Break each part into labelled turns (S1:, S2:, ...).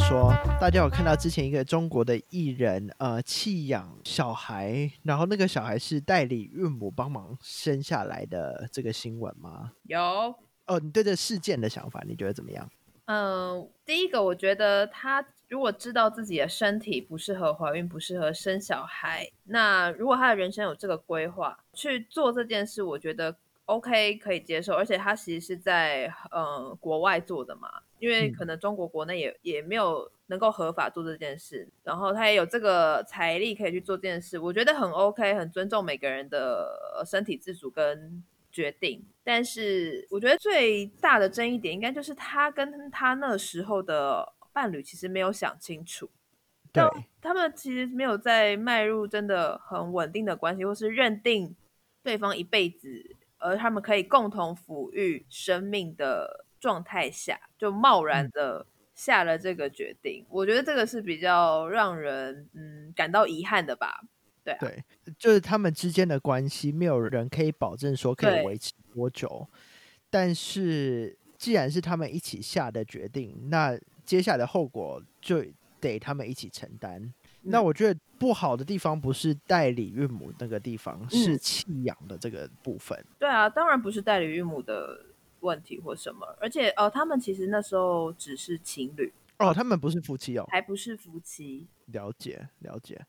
S1: 说，大家有看到之前一个中国的艺人，呃，弃养小孩，然后那个小孩是代理孕母帮忙生下来的这个新闻吗？
S2: 有，
S1: 哦，你对这事件的想法，你觉得怎么样？
S2: 嗯，第一个我觉得他如果知道自己的身体不适合怀孕，不适合生小孩，那如果他的人生有这个规划去做这件事，我觉得 OK 可以接受。而且他其实是在嗯国外做的嘛，因为
S1: 嗯
S2: 可能中国国内也也没有能够合法做这件事，然后他也有这个财力可以去做这件事，我觉得很 OK，很尊重每个人的呃身体自主跟决定。但是我觉得最大的争议点，应该就是他跟他那时候的伴侣其实没有想清楚，
S1: 对
S2: 但，他们其实没有在迈入真的很稳定的关系，或是认定对方一辈子，而他们可以共同抚育生命的状态下，就贸然的下了这个决定。我觉得这个是比较让人嗯感到遗憾的吧。对啊，
S1: 对，就是他们之间的关系，没有人可以保证说可
S2: 对
S1: 以维持多久。但是，既然是他们一起下的决定，那接下来的后果就得他们一起承担。那
S2: 嗯
S1: 我觉得不好的地方不是代理孕母那个地方，是
S2: 嗯
S1: 弃养的这个部分。
S2: 对啊，当然不是代理孕母的问题或什么，而且呃，他们其实那时候只是情侣，
S1: 哦，他们不是夫妻哦，
S2: 还不是夫妻。
S1: 了解了解。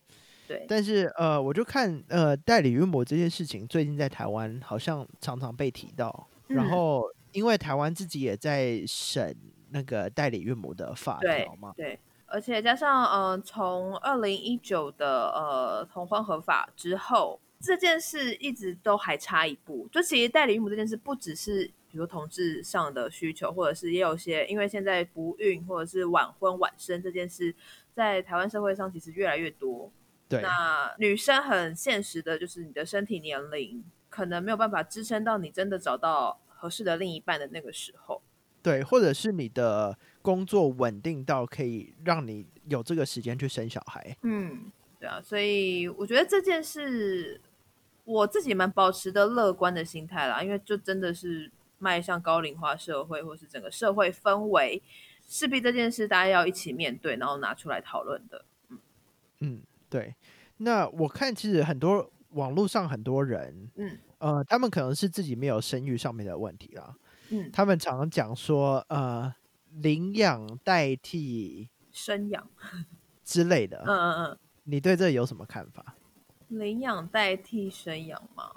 S2: 对，
S1: 但是呃，我就看呃代理孕母这件事情，最近在台湾好像常常被提到。然
S2: 嗯
S1: 后，因为台湾自己也在审那个代理孕母的法
S2: 对
S1: 条嘛，
S2: 对，而且加上嗯、呃从二零一九的呃同婚合法之后，这件事一直都还差一步。就其实代理孕母这件事，不只是比如同志上的需求，或者是也有些因为现在不孕或者是晚婚晚生这件事，在台湾社会上其实越来越多。
S1: 对
S2: 那女生很现实的，就是你的身体年龄可能没有办法支撑到你真的找到合适的另一半的那个时候。
S1: 对，或者是你的工作稳定到可以让你有这个时间去生小孩。
S2: 嗯，对啊，所以我觉得这件事我自己蛮保持的乐观的心态啦，因为就真的是迈向高龄化社会，或是整个社会氛围，势必这件事大家要一起面对，然后拿出来讨论的。
S1: 嗯，对。那我看其实很多网络上很多人，
S2: 嗯
S1: 呃，他们可能是自己没有生育上面的问题啦，
S2: 嗯，
S1: 他们常常讲说，呃，领养代替
S2: 生养，
S1: 之类的。
S2: 嗯嗯嗯。
S1: 你对这有什么看法？
S2: 领养代替生养吗？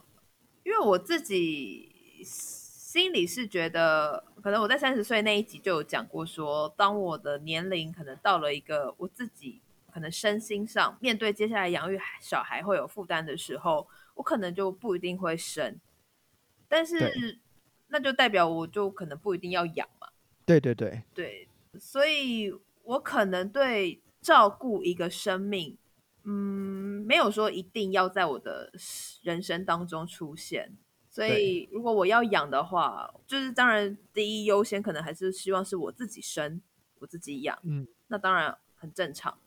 S2: 因为我自己心里是觉得，可能我在三十岁那一集就有讲过说当我的年龄可能到了一个我自己可能身心上面对接下来养育小孩会有负担的时候，我可能就不一定会生，但是
S1: 对
S2: 那就代表我就可能不一定要养嘛，
S1: 对对对，
S2: 对，所以我可能对照顾一个生命，嗯，没有说一定要在我的人生当中出现。所以，如果我要养的话，就是当然第一优先可能还是希望是我自己生，我自己养，
S1: 嗯，
S2: 那当然很正常。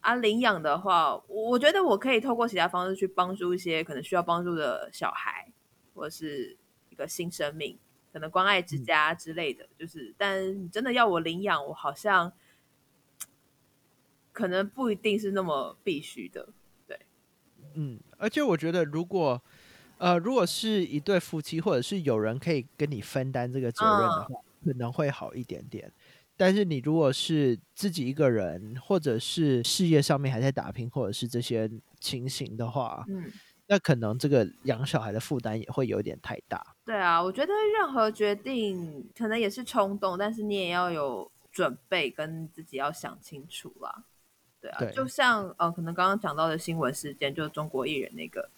S2: 啊，领养的话，我我觉得我可以透过其他方式去帮助一些可能需要帮助的小孩，或者是一个新生命，可能关爱之
S1: 嗯
S2: 家之类的，就是，但你真的要我领养，我好像可能不一定是那么必须的。
S1: 嗯，而且我觉得如果。呃，如果是一对夫妻，或者是有人可以跟你分担这个责任的话，可能会好一点点。但是你如果是自己一个人，或者是事业上面还在打拼，或者是这些情形的话，
S2: 嗯，
S1: 那可能这个养小孩的负担也会有点太大。
S2: 对啊，我觉得任何决定可能也是冲动，但是你也要有准备，跟自己要想清楚啦。对啊，
S1: 对
S2: 就像呃，可能刚刚讲到的新闻事件，就是中国艺人那个，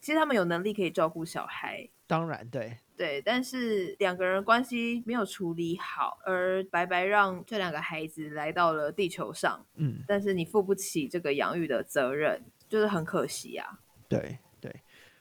S2: 其实他们有能力可以照顾小孩，
S1: 当然，对，
S2: 对，但是两个人关系没有处理好，而白白让这两个孩子来到了地球上，
S1: 嗯，
S2: 但是你负不起这个养育的责任，就是很可惜啊。
S1: 对对。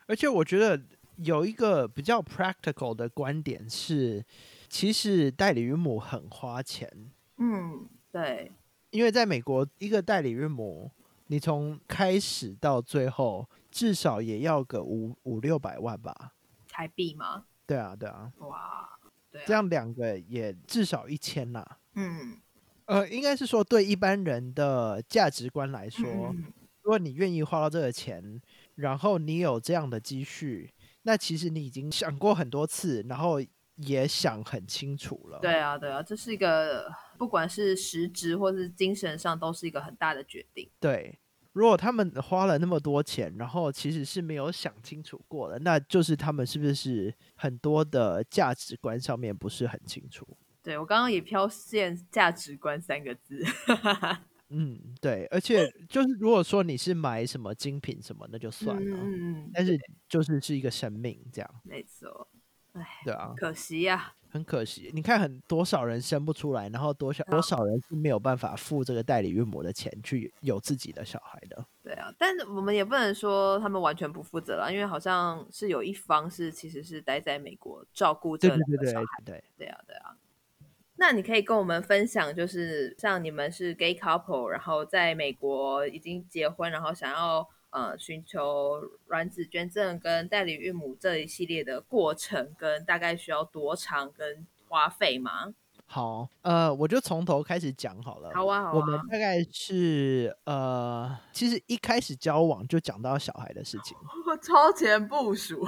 S1: 而且我觉得有一个比较 practical 的观点是，其实代理孕母很花钱，
S2: 嗯，对，
S1: 因为在美国，一个代理孕母，你从开始到最后，至少也要个五五六百万吧？
S2: 台币嘛，
S1: 对啊，对啊，
S2: 哇，对啊
S1: 这样两个也至少一千啦。
S2: 嗯，
S1: 呃，应该是说对一般人的价值观来说，
S2: 嗯
S1: 如果你愿意花到这个钱，然后你有这样的积蓄，那其实你已经想过很多次，然后也想很清楚了。
S2: 对，啊，对啊，这是一个不管是实质或是精神上都是一个很大的决定。
S1: 对，如果他们花了那么多钱，然后其实是没有想清楚过的，那就是他们是不是很多的价值观上面不是很清楚？
S2: 对我刚刚也飘现“价值观”三个字，
S1: 嗯，对，而且就是如果说你是买什么精品什么，那就算了，
S2: 嗯嗯嗯，
S1: 但是就是是一个生命这样，
S2: 没错，
S1: 对啊，
S2: 可惜呀、
S1: 很可惜。你看很，多少人生不出来，然后多少
S2: 嗯
S1: 多少人是没有办法付这个代理孕母的钱去有自己的小孩的。
S2: 对啊，但是我们也不能说他们完全不负责啦，因为好像是有一方是其实是待在美国照顾这
S1: 对
S2: 两
S1: 对
S2: 个
S1: 对
S2: 小
S1: 对
S2: 孩。
S1: 对，
S2: 对啊，对啊。那你可以跟我们分享，就是像你们是 gay couple，然后在美国已经结婚，然后想要呃寻求卵子捐赠跟代理孕母这一系列的过程，跟大概需要多长跟花费吗？
S1: 好，呃，我就从头开始讲好了。
S2: 好啊，好
S1: 我
S2: 啊
S1: 们，大概是呃，其实一开始交往就讲到小孩的事情，
S2: 超前部 署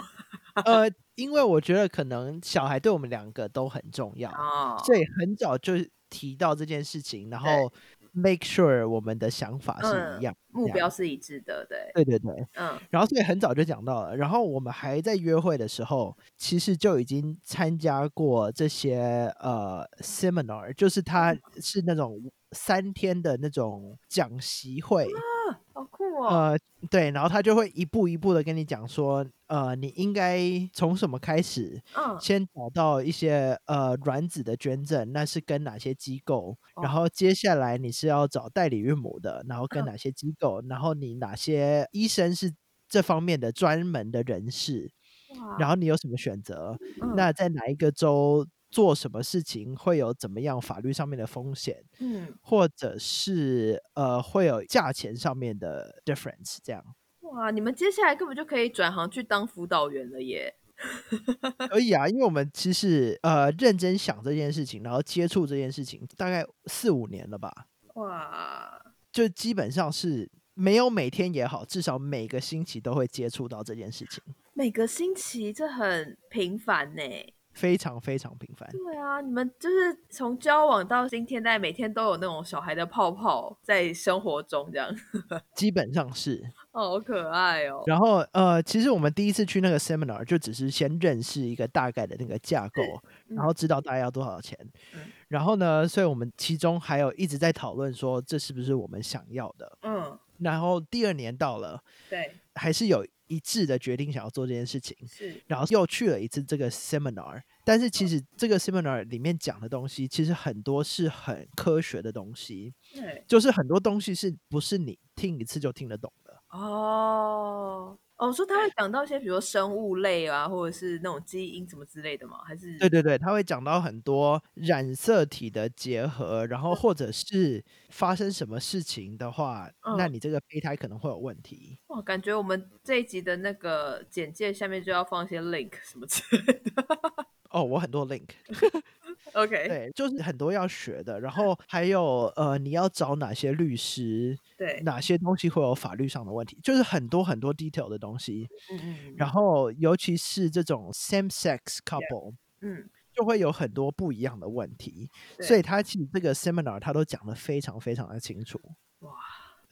S1: 呃，因为我觉得可能小孩对我们两个都很重要，
S2: 哦，
S1: 所以很早就提到这件事情，然后 make sure 我们的想法是
S2: 嗯
S1: 一样，
S2: 目
S1: 这样
S2: 标是一致的，对，
S1: 对对对，
S2: 嗯，
S1: 然后所以很早就讲到了，然后我们还在约会的时候，其实就已经参加过这些呃 seminar，就是它是那种三天的那种讲习会，
S2: 好酷哦，
S1: 呃，对，然后他就会一步一步的跟你讲说，呃，你应该从什么开始，
S2: 嗯，
S1: 先找到一些呃卵子的捐赠，那是跟哪些机构？然
S2: 哦
S1: 后接下来你是要找代理孕母的，然后跟
S2: 嗯
S1: 哪些机构？然后你哪些医生是这方面的专门的人士？
S2: 哇
S1: 然后你有什么选择？
S2: 嗯
S1: 那在哪一个州做什么事情会有怎么样法律上面的风险，
S2: 嗯，
S1: 或者是呃会有价钱上面的 difference 这样？
S2: 哇，你们接下来根本就可以转行去当辅导员了耶！
S1: 可以啊，因为我们其实呃认真想这件事情，然后接触这件事情大概四五年了吧，
S2: 哇，
S1: 就基本上是没有每天也好，至少每个星期都会接触到这件事情，
S2: 每个星期这很频繁呢。
S1: 非常非常频繁。
S2: 对啊，你们就是从交往到新天代，每天都有那种小孩的泡泡在生活中，这样
S1: 基本上是。
S2: 哦，好可爱哦。
S1: 然后呃，其实我们第一次去那个 seminar 就只是先认识一个大概的那个架构，然后知道大概要多少钱
S2: 嗯。
S1: 然后呢，所以我们其中还有一直在讨论说这是不是我们想要的。
S2: 嗯，
S1: 然后第二年到了，
S2: 对，
S1: 还是有一致的决定想要做这件事情。
S2: 是，
S1: 然后又去了一次这个 seminar，但是其
S2: 嗯
S1: 实这个 seminar 里面讲的东西，其实很多是很科学的东西，
S2: 对，
S1: 就是很多东西是不是你听一次就听得懂的？
S2: 哦。哦，说他会讲到一些，比如说生物类啊，或者是那种基因什么之类的吗？还是
S1: 对对对，他会讲到很多染色体的结合，然后或者是发生什么事情的话，那
S2: 嗯
S1: 你这个胚胎可能会有问题。
S2: 哇，感觉我们这一集的那个简介下面就要放一些 link 什么之类的。
S1: 哦，我很多 link，
S2: OK，
S1: 对，就是很多要学的，
S2: 嗯
S1: 然后还有呃，你要找哪些律师，
S2: 对，
S1: 哪些东西会有法律上的问题，就是很多很多 detail 的东西。
S2: 嗯嗯
S1: 然后尤其是这种 same sex couple
S2: 嗯，
S1: 就会有很多不一样的问题，
S2: 对
S1: 所以他其实这个 seminar 他都讲得非常非常的清楚。
S2: 哇，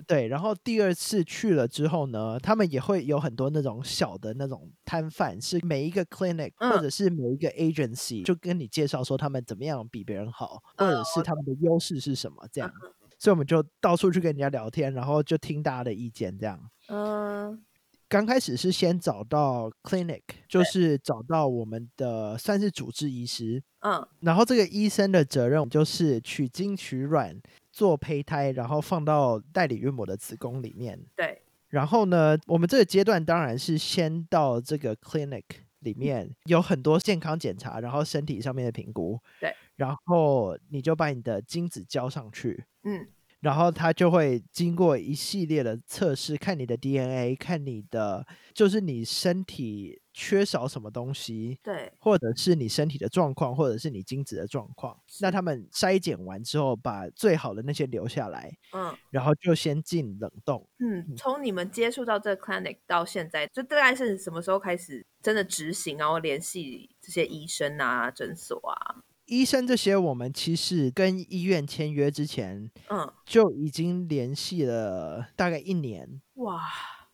S1: 对，然后第二次去了之后呢，他们也会有很多那种小的那种摊贩，是每一个 clinic 或
S2: 嗯
S1: 者是每一个 agency 就跟你介绍说他们怎么样比别人好，或者
S2: 嗯
S1: 是他们的优势是什么这样。所以我们就到处去跟人家聊天，然后就听大家的意见这样。
S2: 嗯
S1: 刚开始是先找到 clinic，就是找到我们的算是主治医师，
S2: 嗯，
S1: 然后这个医生的责任就是取精取卵做胚胎，然后放到代理孕母的子宫里面。
S2: 对，
S1: 然后呢，我们这个阶段当然是先到这个 clinic 里面有很多健康检查，然后身体上面的评估，
S2: 对，
S1: 然后你就把你的精子交上去，
S2: 嗯
S1: 然后他就会经过一系列的测试，看你的 DNA，看你的就是你身体缺少什么东西，
S2: 对，
S1: 或者是你身体的状况，或者是你精子的状况。那他们筛检完之后，把最好的那些留下来，
S2: 嗯
S1: 然后就先进冷冻。
S2: 嗯，从你们接触到这个 clinic 到现在，就大概是什么时候开始真的执行，然后联系这些医生啊、诊所啊？
S1: 医生这些，我们其实跟医院签约之前
S2: 嗯，
S1: 就已经联系了大概一年，
S2: 哇，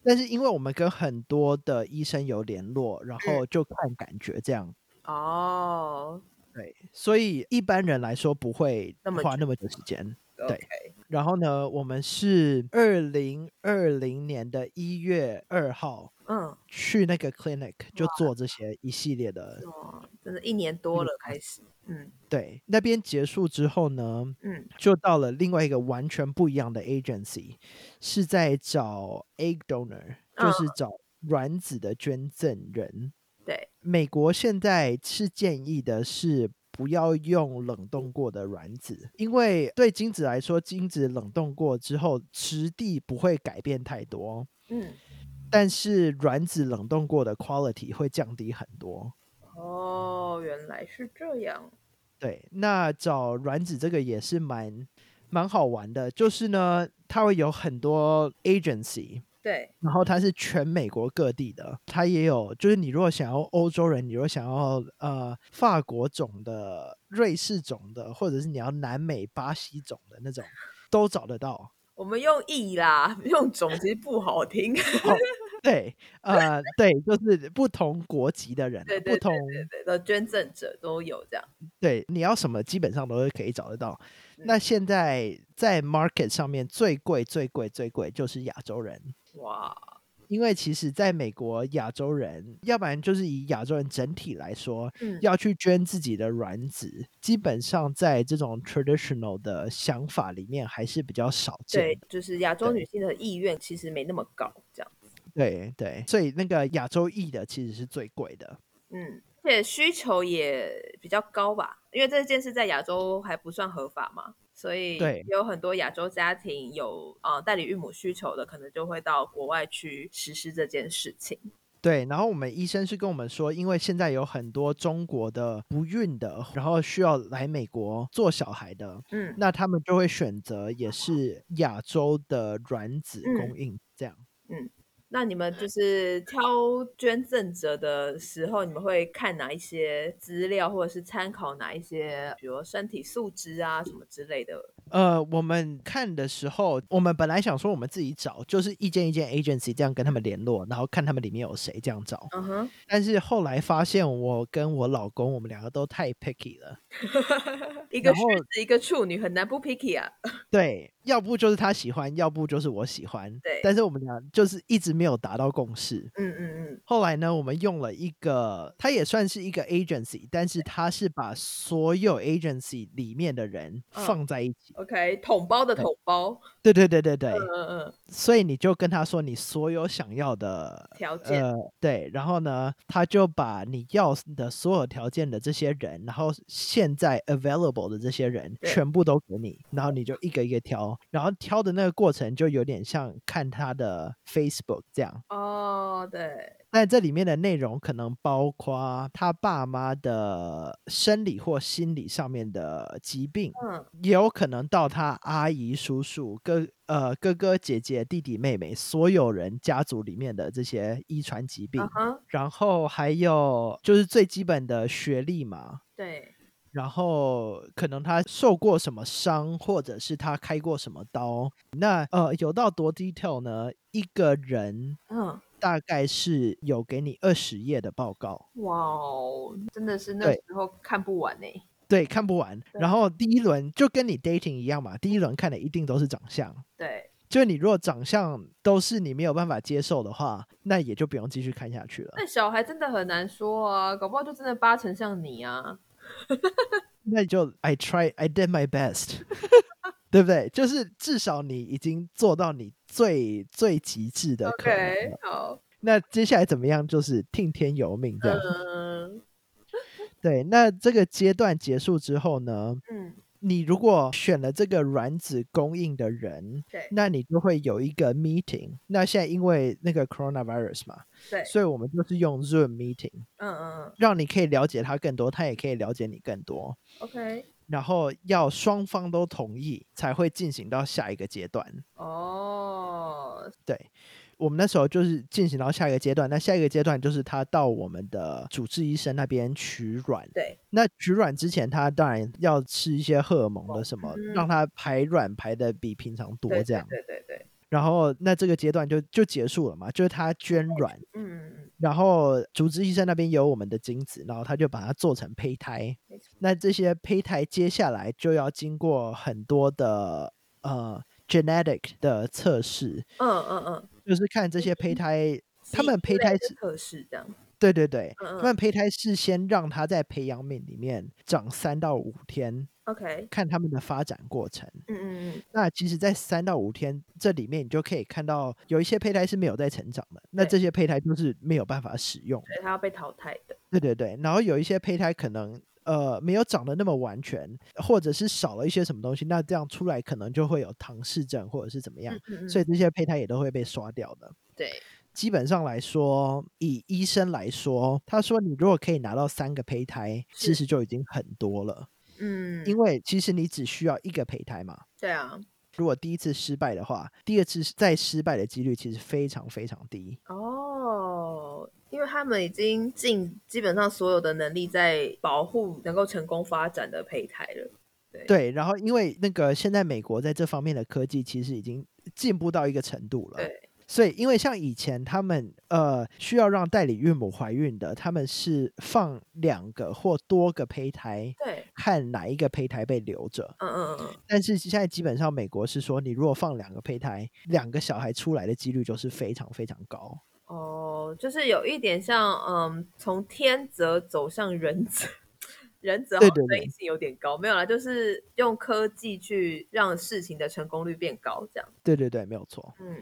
S1: 但是因为我们跟很多的医生有联络，然后就看感觉这样。
S2: 哦
S1: 对，所以一般人来说不会
S2: 那么
S1: 花
S2: 久
S1: 那么久时间。
S2: ，OK，
S1: 然后呢，我们是二零二零年的一月二号
S2: 嗯，
S1: 去那个 clinic 就做这些一系列的。
S2: 哇，真的，一年多了开始，嗯
S1: 对，那边结束之后呢，
S2: 嗯，
S1: 就到了另外一个完全不一样的 agency，是在找 egg donor，就
S2: 嗯
S1: 是找卵子的捐赠人。
S2: 对，
S1: 美国现在是建议的是不要用冷冻过的卵子，因为对精子来说，精子冷冻过之后质地不会改变太多，
S2: 嗯，
S1: 但是卵子冷冻过的 quality 会降低很多。
S2: 哦，原来是这样，
S1: 对，那找卵子这个也是蛮蛮好玩的，就是呢，它会有很多 agency，
S2: 对，
S1: 然后它是全美国各地的，它也有，就是你如果想要欧洲人，你如果想要呃法国种的、瑞士种的，或者是你要南美巴西种的那种，都找得到。
S2: 我们用意啦， 用种其实不好听，
S1: 对，呃，对，就是不同国籍的人，
S2: 对
S1: 不
S2: 对
S1: 同
S2: 对对的捐赠者都有这样，
S1: 对，你要什么基本上都是可以找得到。
S2: 嗯
S1: 那现在在 market 上面最贵、最贵、最贵就是亚洲人，
S2: 哇，
S1: 因为其实在美国，亚洲人，要不然就是以亚洲人整体来说，
S2: 嗯
S1: 要去捐自己的卵子，基本上在这种 traditional 的想法里面还是比较少
S2: 对
S1: 见，的。
S2: 就是亚洲
S1: 对
S2: 女性的意愿其实没那么高，这样，
S1: 对对，所以那个亚洲裔的其实是最贵的。
S2: 嗯，而且需求也比较高吧，因为这件事在亚洲还不算合法嘛，所以
S1: 对
S2: 有很多亚洲家庭有呃代理孕母需求的，可能就会到国外去实施这件事情。
S1: 对，然后我们医生是跟我们说，因为现在有很多中国的不孕的，然后需要来美国做小孩的，
S2: 嗯，
S1: 那他们就会选择也是亚洲的卵子
S2: 嗯
S1: 供应这样。
S2: 那你们就是挑捐赠者的时候，你们会看哪一些资料，或者是参考哪一些，比如身体素质啊什么之类的？
S1: 呃，我们看的时候，我们本来想说我们自己找，就是一间一间 agency 这样跟他们联络，然后看他们里面有谁这样找。
S2: 嗯哼，
S1: 但是后来发现，我跟我老公，我们两个都太 picky 了。
S2: 一个
S1: 然后
S2: 狮子，一个处女，很难不 picky 啊。
S1: 对，要不就是他喜欢，要不就是我喜欢。
S2: 对
S1: 但是我们俩就是一直没有达到共识。
S2: 嗯嗯嗯，
S1: 后来呢，我们用了一个，它也算是一个 agency，但是它是把所有 agency 里面的人
S2: 嗯
S1: 放在一起。
S2: OK，桶包
S1: 呃
S2: 的桶包，
S1: 对对对对对。
S2: 嗯嗯嗯，
S1: 所以你就跟他说你所有想要的
S2: 条件
S1: 呃，对，然后呢，他就把你要的所有条件的这些人，然后现在 available 的这些人
S2: 对
S1: 全部都给你，然后你就一个一个挑，然后挑的那个过程就有点像看他的 Facebook 这样，
S2: 哦，对，
S1: 但这里面的内容可能包括他爸妈的生理或心理上面的疾病，
S2: 嗯，
S1: 也有可能到他阿姨、叔叔、哥呃哥哥、姐姐、弟弟、妹妹，所有人家族里面的这些遗传疾病，
S2: 啊哈，
S1: 然后还有就是最基本的学历嘛，
S2: 对，
S1: 然后可能他受过什么伤，或者是他开过什么刀。那呃，有到多 detail 呢？一个人
S2: 嗯，
S1: 大概是有给你二十页的报告。
S2: 哇哦，真的是那
S1: 对
S2: 时候看不完呢、
S1: 对，看不完。
S2: 对
S1: 然后第一轮就跟你 dating 一样嘛，第一轮看的一定都是长相，
S2: 对，
S1: 就你如果长相都是你没有办法接受的话，那也就不用继续看下去了。
S2: 那小孩真的很难说啊，搞不好就真的八成像你啊。
S1: 那你就 I try, I did my best，对不对？就是至少你已经做到你最最极致的可能啊了。
S2: OK，好，
S1: 那接下来怎么样？就是听天由命这样。
S2: 嗯
S1: 对，那这个阶段结束之后呢，
S2: 嗯
S1: 你如果选了这个卵子供应的人，
S2: 对
S1: 那你就会有一个 meeting。那现在因为那个 coronavirus 嘛，
S2: 对，
S1: 所以我们就是用 Zoom meeting，
S2: 嗯嗯嗯
S1: 让你可以了解他更多，他也可以了解你更多。
S2: ，OK，
S1: 然后要双方都同意才会进行到下一个阶段。
S2: 哦，
S1: 对，我们那时候就是进行到下一个阶段，那下一个阶段就是他到我们的主治医生那边取卵。
S2: 对，
S1: 那取卵之前，他当然要吃一些荷尔蒙的什么，
S2: 嗯
S1: 让他排卵排的比平常多
S2: 对
S1: 这样。
S2: 对对对对，
S1: 然后那这个阶段就就结束了嘛，就是他捐卵，
S2: 嗯，嗯
S1: 然后主治医生那边有我们的精子，然后他就把它做成胚胎
S2: 没错。
S1: 那这些胚胎接下来就要经过很多的呃 genetic 的测试，
S2: 嗯嗯嗯，
S1: 就是看这些胚胎，他
S2: 基
S1: 们
S2: 因
S1: 胚
S2: 类
S1: 胎
S2: 的
S1: 是
S2: 测试这样，
S1: 对对对，
S2: 嗯
S1: 他
S2: 嗯
S1: 们胚胎是先让它在培养皿里面长三到五天，
S2: ，OK，
S1: 看它们的发展过程。
S2: 嗯嗯嗯，
S1: 那其实，在三到五天这里面，你就可以看到有一些胚胎是没有在成长的，那
S2: 对
S1: 这些胚胎就是没有办法使用。
S2: 对，他要被淘汰的，
S1: 对对对，然后有一些胚胎可能呃没有长得那么完全，或者是少了一些什么东西，那这样出来可能就会有唐氏症或者是怎么样
S2: 嗯，嗯嗯，
S1: 所
S2: 以
S1: 以这些胚胎也都会被刷掉的。
S2: 对，
S1: 基本上来说，以医生来说，他说你如果可以拿到三个胚胎，
S2: 是
S1: 其实就已经很多了，
S2: 嗯，
S1: 因为其实你只需要一个胚胎嘛。
S2: 对啊，
S1: 如果第一次失败的话，第二次再失败的几率其实非常非常低。
S2: 哦，因为他们已经尽基本上所有的能力在保护能够成功发展的胚胎了。
S1: 对，然后因为那个现在美国在这方面的科技其实已经进步到一个程度了，
S2: 对，
S1: 所以因为像以前他们呃需要让代理孕母怀孕的，他们是放两个或多个胚胎，
S2: 对，
S1: 看哪一个胚胎被留着。
S2: 嗯嗯嗯，
S1: 但是现在基本上美国是说，你如果放两个胚胎，两个小孩出来的几率就是非常非常高。
S2: 哦，就是有一点像，嗯，从天择走向人择， 人择好
S1: 对
S2: 像
S1: 对
S2: 争
S1: 对
S2: 议性有点高，没有啦，就是用科技去让事情的成功率变高，这样。
S1: 对对对，没有错。
S2: 嗯，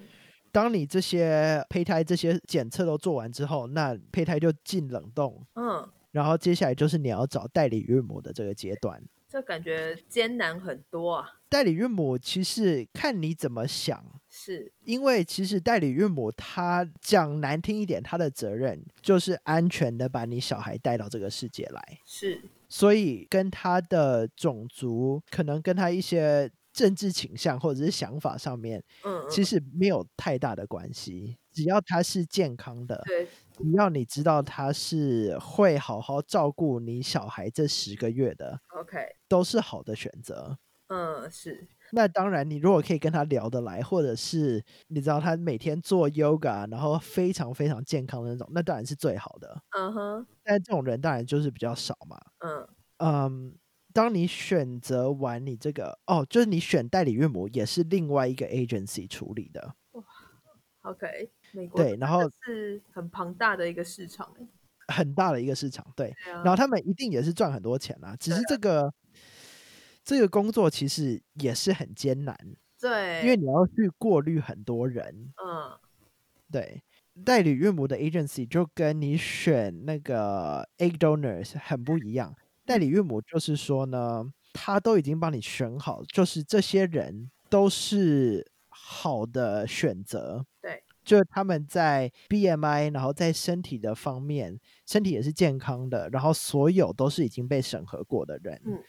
S1: 当你这些胚胎这些检测都做完之后，那胚胎就进冷冻，
S2: 嗯，
S1: 然后接下来就是你要找代理孕母的这个阶段。
S2: 这感觉艰难很多啊。
S1: 代理孕母其实看你怎么想，
S2: 是，
S1: 因为其实代理孕母她讲难听一点，她的责任就是安全的把你小孩带到这个世界来，
S2: 是，
S1: 所以跟她的种族，可能跟她一些政治倾向或者是想法上面，
S2: 嗯，嗯
S1: 其实没有太大的关系。只要她是健康的，
S2: 嗯对，
S1: 只要你知道她是会好好照顾你小孩这十个月的，
S2: ，OK，
S1: 都是好的选择。
S2: 嗯，是，
S1: 那当然，你如果可以跟他聊得来，或者是你知道他每天做 yoga，然后非常非常健康的那种，那当然是最好的。
S2: 嗯哼，
S1: 但这种人当然就是比较少嘛。
S2: 嗯，
S1: 嗯，当你选择完你这个哦，就是你选代理孕母也是另外一个 agency 处理的，
S2: OK，美国
S1: 对，然后
S2: 是很庞大的一个市场欸，
S1: 很大的一个市场，对。
S2: 对啊
S1: 然后他们一定也是赚很多钱啦，只是这个这个工作其实也是很艰难，
S2: 对，
S1: 因为你要去过滤很多人，
S2: 嗯，
S1: 对，代理孕母的 agency 就跟你选那个 egg donors 很不一样。代理孕母就是说呢，他都已经帮你选好，就是这些人都是好的选择。
S2: 对，
S1: 就是他们在 BMI，然后在身体的方面，身体也是健康的，然后所有都是已经被审核过的人。
S2: 嗯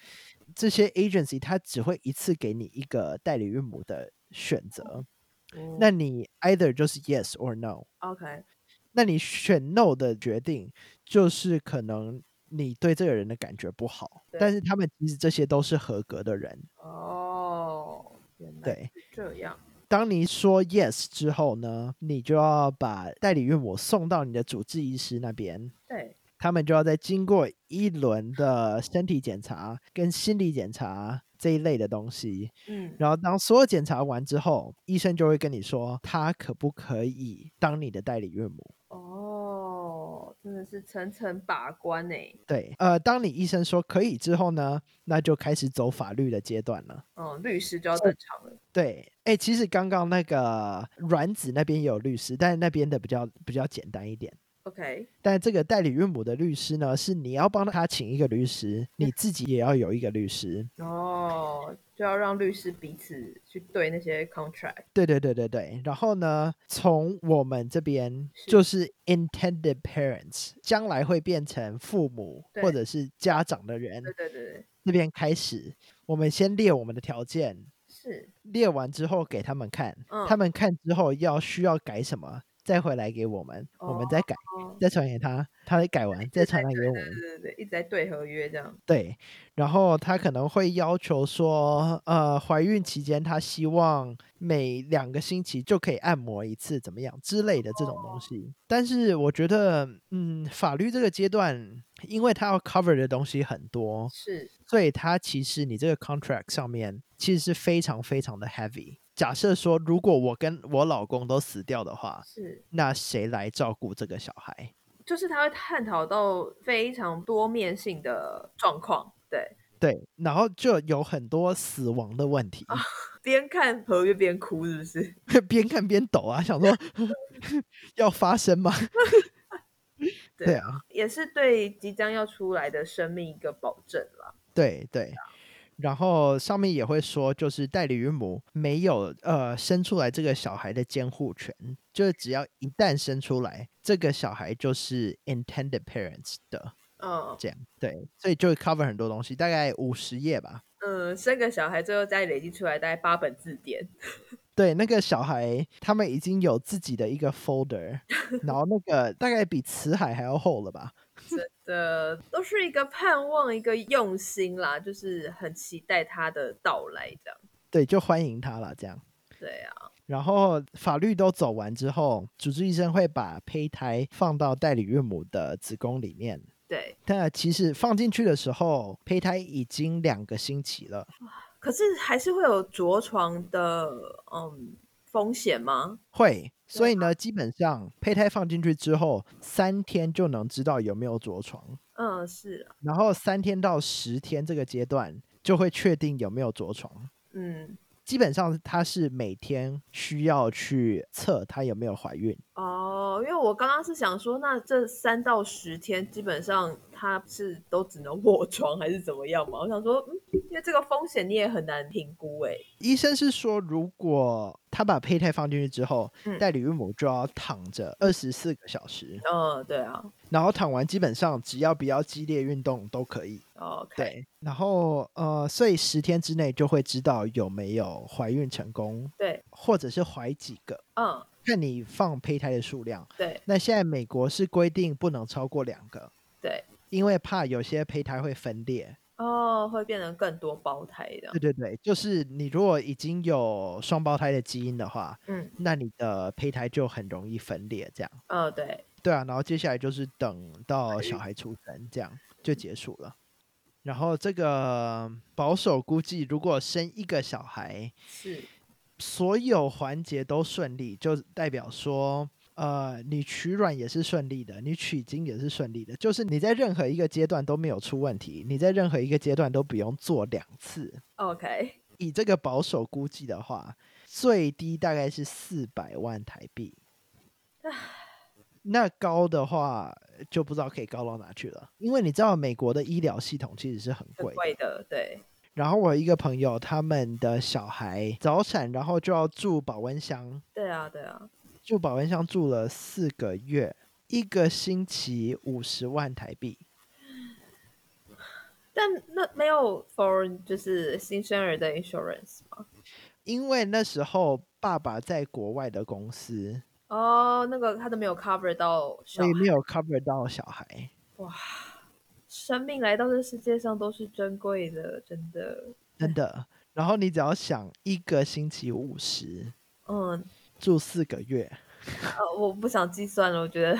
S1: 这些 agency 他只会一次给你一个代理孕母的选择，
S2: 哦
S1: 那你 either 就是 yes or no。
S2: OK，
S1: 那你选 no 的决定，就是可能你对这个人的感觉不好，
S2: 对
S1: 但是他们其实这些都是合格的人。
S2: 哦，原来
S1: 对，
S2: 是这样，
S1: 当你说 yes 之后呢，你就要把代理孕母送到你的主治医师那边。
S2: 对，
S1: 他们就要再经过一轮的身体检查跟心理检查这一类的东西，
S2: 嗯，
S1: 然后当所有检查完之后，医生就会跟你说他可不可以当你的代理孕母。
S2: 哦，真的是层层把关呢，
S1: 对，呃，当你医生说可以之后呢，那就开始走法律的阶段了。
S2: 嗯，律师就要
S1: 所以
S2: 登场了，
S1: 对，哎，其实刚刚那个卵子那边也有律师，但是那边的比较比较简单一点。
S2: OK，
S1: 但这个代理孕母的律师呢，是你要帮他请一个律师，你自己也要有一个律师。
S2: 哦，就要让律师彼此去对那些 contract。
S1: 对对对对对。然后呢，从我们这边
S2: 是
S1: 就是 intended parents，将来会变成父母
S2: 对
S1: 或者是家长的人
S2: 对对对对，
S1: 这边开始，我们先列我们的条件，
S2: 是，
S1: 列完之后给他们看，
S2: 嗯，
S1: 他们看之后要需要改什么，再回来给我们，我们再改，
S2: 哦
S1: 再传给他，他改完再传来给我们
S2: 对。对对，一直在对合约这样。
S1: 对，然后他可能会要求说，呃，怀孕期间他希望每两个星期就可以按摩一次，怎么样之类的这种
S2: 哦
S1: 东西。但是我觉得，嗯，法律这个阶段，因为他要 cover 的东西很多，
S2: 是，
S1: 所以它其实你这个 contract 上面其实是非常非常的 heavy。假设说，如果我跟我老公都死掉的话，
S2: 是，
S1: 那谁来照顾这个小孩？
S2: 就是他会探讨到非常多面性的状况，对，
S1: 对，然后就有很多死亡的问题。
S2: 边看合约边哭，是不是？
S1: 边看边抖啊，想说 要发生吗？
S2: 对
S1: 对啊，
S2: 也是对即将要出来的生命一个保证啦。
S1: 对对。然后上面也会说，就是代理孕母没有呃生出来这个小孩的监护权，就是只要一旦生出来，这个小孩就是 intended parents 的
S2: 嗯
S1: 这样。对，所以就会 cover 很多东西，大概五十页吧。
S2: 嗯，生个小孩最后再累积出来大概八本字典，
S1: 对，那个小孩他们已经有自己的一个 folder，然后那个大概比辞海还要厚了吧？
S2: 的都是一个盼望，一个用心啦，就是很期待他的到来这样。
S1: 对，就欢迎他了这样。
S2: 对啊，
S1: 然后法律都走完之后，主治医生会把胚胎放到代理孕母的子宫里面。
S2: 对。
S1: 但其实放进去的时候，胚胎已经两个星期了。
S2: 可是还是会有着床的嗯风险吗？
S1: 会，所以呢，基本上胚胎放进去之后，三天就能知道有没有着床，
S2: 嗯，是啊，
S1: 然后三天到十天这个阶段就会确定有没有着床。
S2: 嗯，
S1: 基本上它是每天需要去测她有没有怀孕。
S2: 哦，因为我刚刚是想说，那这三到十天基本上他是都只能卧床还是怎么样嘛？我想说，嗯，因为这个风险你也很难评估哎、
S1: 医生是说，如果他把胚胎放进去之后，
S2: 嗯
S1: 代理孕母就要躺着二十四个小时，
S2: 嗯，对啊
S1: 然后躺完基本上只要比较激烈运动都可以。
S2: 哦，OK，
S1: 对，然后呃，所以十天之内就会知道有没有怀孕成功，
S2: 对，
S1: 或者是怀几个，
S2: 嗯，
S1: 看你放胚胎的数量。
S2: 对
S1: 那现在美国是规定不能超过两个，
S2: 对，
S1: 因为怕有些胚胎会分裂。
S2: 哦，会变成更多胞胎这样
S1: 对，对对，就是你如果已经有双胞胎的基因的话，
S2: 嗯，
S1: 那你的胚胎就很容易分裂，这样。
S2: 呃，对，
S1: 对啊，然后接下来就是等到小孩出生，这样就结束了。然后这个保守估计，如果生一个小孩，
S2: 是，
S1: 所有环节都顺利，就代表说，呃，你取卵也是顺利的，你取精也是顺利的，就是你在任何一个阶段都没有出问题，你在任何一个阶段都不用做两次。
S2: OK，
S1: 以这个保守估计的话，最低大概是四百万台 币。那高的话就不知道可以高到哪去了，因为你知道美国的医疗系统其实是很
S2: 很
S1: 贵的。
S2: 贵的，对，
S1: 然后我有一个朋友，他们的小孩早产，然后就要住保温箱，
S2: 对啊，对啊，
S1: 住保温箱住了四个月，一个星期五十万台币。
S2: 但那没有 for 就是新生儿的 insurance 吗？
S1: 因为那时候爸爸在国外的公司，
S2: 哦，那个他都没有 cover 到小
S1: 所以
S2: 孩，
S1: 没有 cover 到小孩。
S2: 生命来到这世界上都是珍贵的，真的，
S1: 真的。然后你只要想一个星期五十
S2: 嗯，
S1: 住四个月，
S2: 呃，我不想计算了，我觉得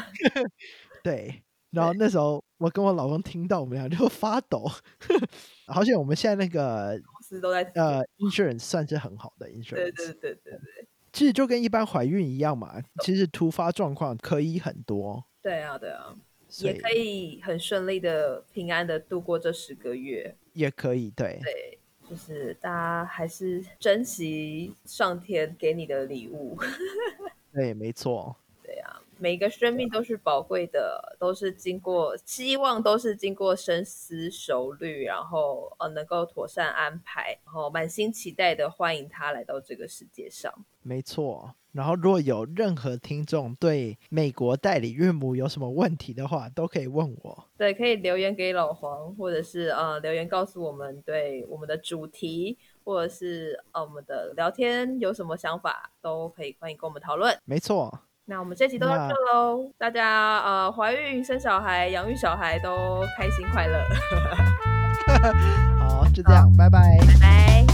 S1: 对。然后那时候我跟我老公听到，我们俩就发抖。 好险，我们现在那个
S2: 公司都在，
S1: 呃 insurance 算是很好的
S2: 对
S1: insurance，
S2: 对对对对，
S1: 其实就跟一般怀孕一样嘛，其实突发状况可以很多，
S2: 对啊对啊，
S1: 所
S2: 也可以很顺利的、平安的度过这十个月，
S1: 也可以对
S2: 对。就是大家还是珍惜上天给你的礼物，
S1: 对，没错。
S2: 对啊，每一个生命都是宝贵的，都是经过希望都是经过深思熟虑，然后呃能够妥善安排，然后满心期待的欢迎他来到这个世界上。
S1: 没错。然后，如果有任何听众对美国代理孕母有什么问题的话，都可以问我。
S2: 对，可以留言给老黄，或者是呃留言告诉我们对我们的主题，或者是呃我们的聊天有什么想法，都可以欢迎跟我们讨论。
S1: 没错，
S2: 那我们这期都到
S1: 那
S2: 这喽，大家呃怀孕、生小孩、养育小孩都开心快乐，
S1: 好，就这样，拜拜。
S2: 拜拜。